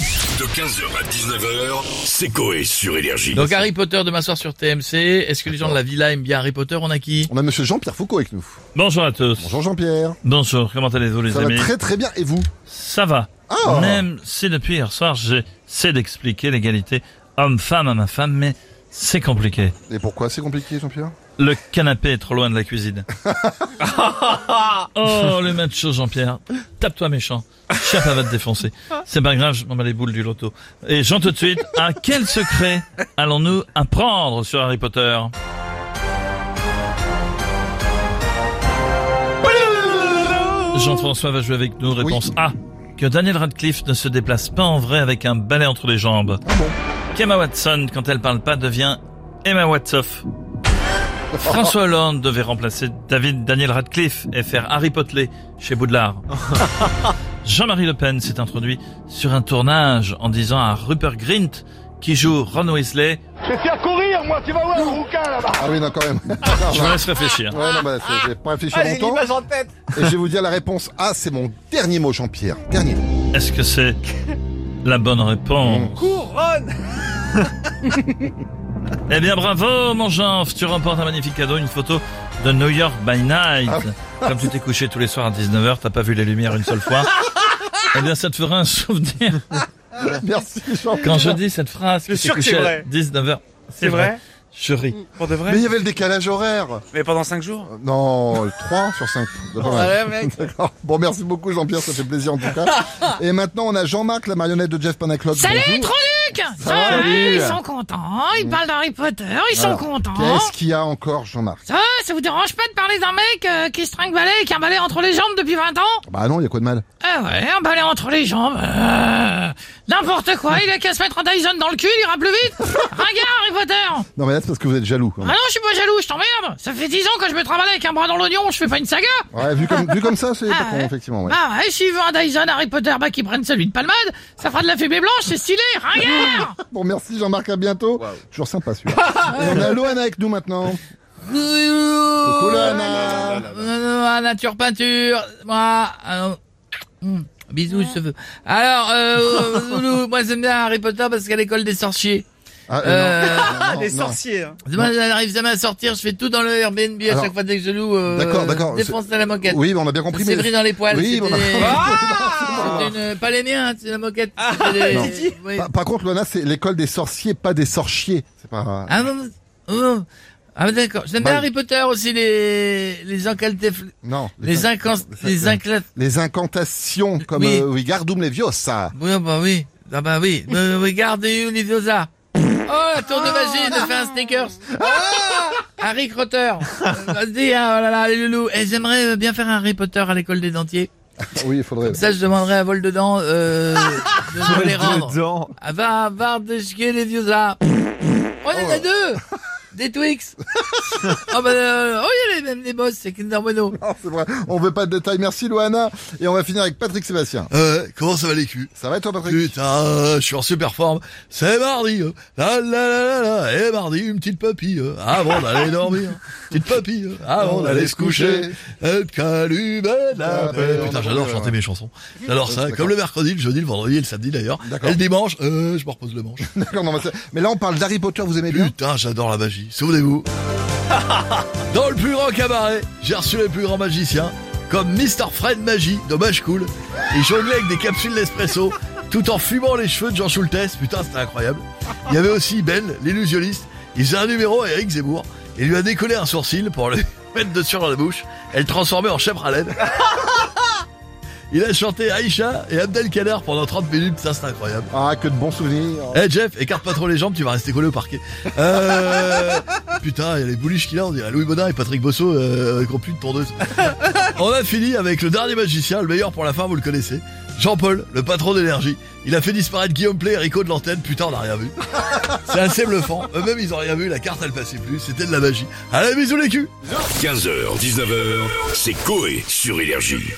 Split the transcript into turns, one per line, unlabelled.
De 15h à 19h, c'est Coé sur Énergie.
Donc Harry Potter demain soir sur TMC. Est-ce que les gens de la villa aiment bien Harry Potter On a qui
On a monsieur Jean-Pierre Foucault avec nous.
Bonjour à tous.
Bonjour Jean-Pierre.
Bonjour, comment allez-vous les
Ça
amis
va très très bien et vous
Ça va.
Ah.
Même si depuis hier soir j'essaie d'expliquer l'égalité homme-femme à ma femme, mais c'est compliqué.
Et pourquoi c'est compliqué Jean-Pierre
Le canapé est trop loin de la cuisine. oh, le macho Jean-Pierre. Tape-toi méchant. Chapa va te défoncer. C'est pas grave, je m'en bats les boules du loto. Et Jean tout de suite, à quel secret allons-nous apprendre sur Harry Potter Jean-François va jouer avec nous. Réponse
Oui.
A. Que Daniel Radcliffe ne se déplace pas en vrai avec un balai entre les jambes. Emma Watson, quand elle parle pas, devient Emma Watsoff. François Hollande devait remplacer David Daniel Radcliffe et faire Harry Potter chez Baudelaire. Jean-Marie Le Pen s'est introduit sur un tournage en disant à Rupert Grint, qui joue Ron Weasley,
Je vais te faire courir, moi, tu vas voir, le rouquin, là-bas.
Ah oui non quand même. Ah,
je vous laisse réfléchir.
Ouais, non, bah, c'est- j'ai pas réfléchi longtemps.
en tête.
Et je vais vous dire la réponse A, c'est mon dernier mot Jean-Pierre. Dernier.
Est-ce que c'est la bonne réponse
Couronne.
Eh bien bravo mon Jean, tu remportes un magnifique cadeau, une photo de New York by Night. Comme tu t'es couché tous les soirs à 19h, t'as pas vu les lumières une seule fois. Eh bien ça te fera un souvenir
Merci Jean-Pierre.
quand je dis cette phrase.
Je suis sûr que
couché
c'est
à
vrai.
19h.
C'est vrai
Je ris.
Pour de
Mais
vrai
il y avait le décalage horaire.
Mais pendant 5 jours
Euh, Non, 3 sur 5.
Ah
D'accord. Bon, merci beaucoup Jean-Pierre, ça fait plaisir en tout cas. Et maintenant, on a Jean-Marc, la marionnette de Jeff Panaclock.
Salut,
Bonjour.
Troluc
Ça va, salut
Ils sont contents, ils parlent d'Harry Potter, ils sont
Alors,
contents
Qu'est-ce qu'il y a encore Jean-Marc
Ça, ça vous dérange pas de parler d'un mec euh, qui se trinque balai et qui a un balai entre les jambes depuis 20 ans
Bah non, il y a quoi de mal
Ah ouais, un balai entre les jambes euh, N'importe quoi, il a qu'à se mettre un Dyson dans le cul, il ira plus vite Regarde Harry Potter
Non mais là, c'est parce que vous êtes jaloux.
Ah non, je suis pas jaloux, je t'emmerde Ça fait 10 ans que je me travaille avec un bras dans l'oignon, je fais pas une saga
Ouais, vu comme, vu comme ça, c'est pas con,
ouais.
effectivement. Ouais.
Ah ouais, s'il veut un Dyson Harry Potter, bah qu'il prenne celui de Palmade, ça fera de la fumée blanche, c'est stylé Regarde
Bon, merci Jean-Marc, à bientôt. Toujours sympa celui-là. Et on a Loana avec nous maintenant. Coucou Loana.
Euh, nature peinture. Moi, alors, hum, bisous cheveux. Alors, euh, Zoulou, moi j'aime bien Harry Potter parce qu'à l'école des sorciers.
Ah,
Euh,
non, non,
Les
non.
sorciers. hein.
Moi, j'arrive jamais à sortir, je fais tout dans le Airbnb à
Alors,
chaque fois dès que je loue. Euh,
d'accord, d'accord,
Défonce la moquette.
Oui, mais on a bien compris.
C'est pris dans les poils.
Oui,
c'était-
on a-
c'était une- Pas les miens, hein, c'est la moquette. C'était
Ah, Non.
des- oui.
Par, par contre, Loana, c'est l'école des sorciers, pas des sorciers. C'est pas.
Ah, bon, bon. Ah, bon, d'accord. J'aime bien
Bah-
Harry Potter aussi, les, les encaltef-
Non.
les incan- les incla-
les incantations comme
Oui.
euh, oui, Gardum Leviosa.
Oui, ah bah oui. Ah bah oui. Euh, regardez les Leviosa. Oh, la tour de magie, de fait un sneakers. Ah, Harry Crotter. Euh, Vas-y, hein, oh là là, les loulous. Et j'aimerais euh, bien faire un Harry Potter à l'école des dentiers.
Oui, il faudrait.
Comme ça, je demanderai à vol dedans, euh, de me les rendre. Ah, va, va, de chier les Oh, Leviosa. On est à deux. Des Twix. oh, bah, euh, oh, il y a les mêmes, les boss, c'est Kinder Bueno.
Non, c'est vrai. On veut pas de détails. Merci Loana. Et on va finir avec Patrick Sébastien.
Euh, comment ça va les culs
Ça va toi Patrick
Putain, euh, je suis en super forme. C'est mardi. euh. La la la la la. Et mardi, une petite papille. euh, Avant d'aller dormir. Petite papille. euh, Avant d'aller se coucher. Et calumet de la
Ah, ouais,
paix.
on
Putain, j'adore
adore,
chanter
ouais.
mes chansons. J'adore ça.
D'accord.
Comme le mercredi, le jeudi, le vendredi et le samedi d'ailleurs.
D'accord.
Et le dimanche, euh, je me repose le manche.
D'accord, non, mais, c'est- mais là on parle d'Harry Potter. Vous aimez bien
Putain, j'adore la magie. Souvenez-vous. Dans le plus grand cabaret, j'ai reçu les plus grands magiciens, comme Mr. Fred Magie, dommage cool. Ils jonglaient avec des capsules d'espresso, tout en fumant les cheveux de Jean Schultes. Putain, c'était incroyable. Il y avait aussi Ben, l'illusionniste. Il faisait un numéro à Eric Zemmour et lui a décollé un sourcil pour le mettre dessus dans la bouche. Elle le transformait en chèvre à laine. Il a chanté Aïcha et Abdelkader pendant 30 minutes. Ça, c'est incroyable.
Ah, que de bons souvenirs.
Eh Jeff, écarte pas trop les jambes, tu vas rester collé au parquet. Euh, putain, il y a les bouliches qu'il a, on dirait Louis Bonin et Patrick Bosso euh, avec plus de tondeuse. on a fini avec le dernier magicien, le meilleur pour la fin, vous le connaissez. Jean-Paul, le patron d'énergie. Il a fait disparaître Guillaume Play et Rico de l'antenne, putain, on n'a rien vu. C'est assez bluffant. Eux-mêmes, ils ont rien vu, la carte, elle passait plus, c'était de la magie. Allez, bisous les culs
15h, 19h, c'est Coé sur Énergie.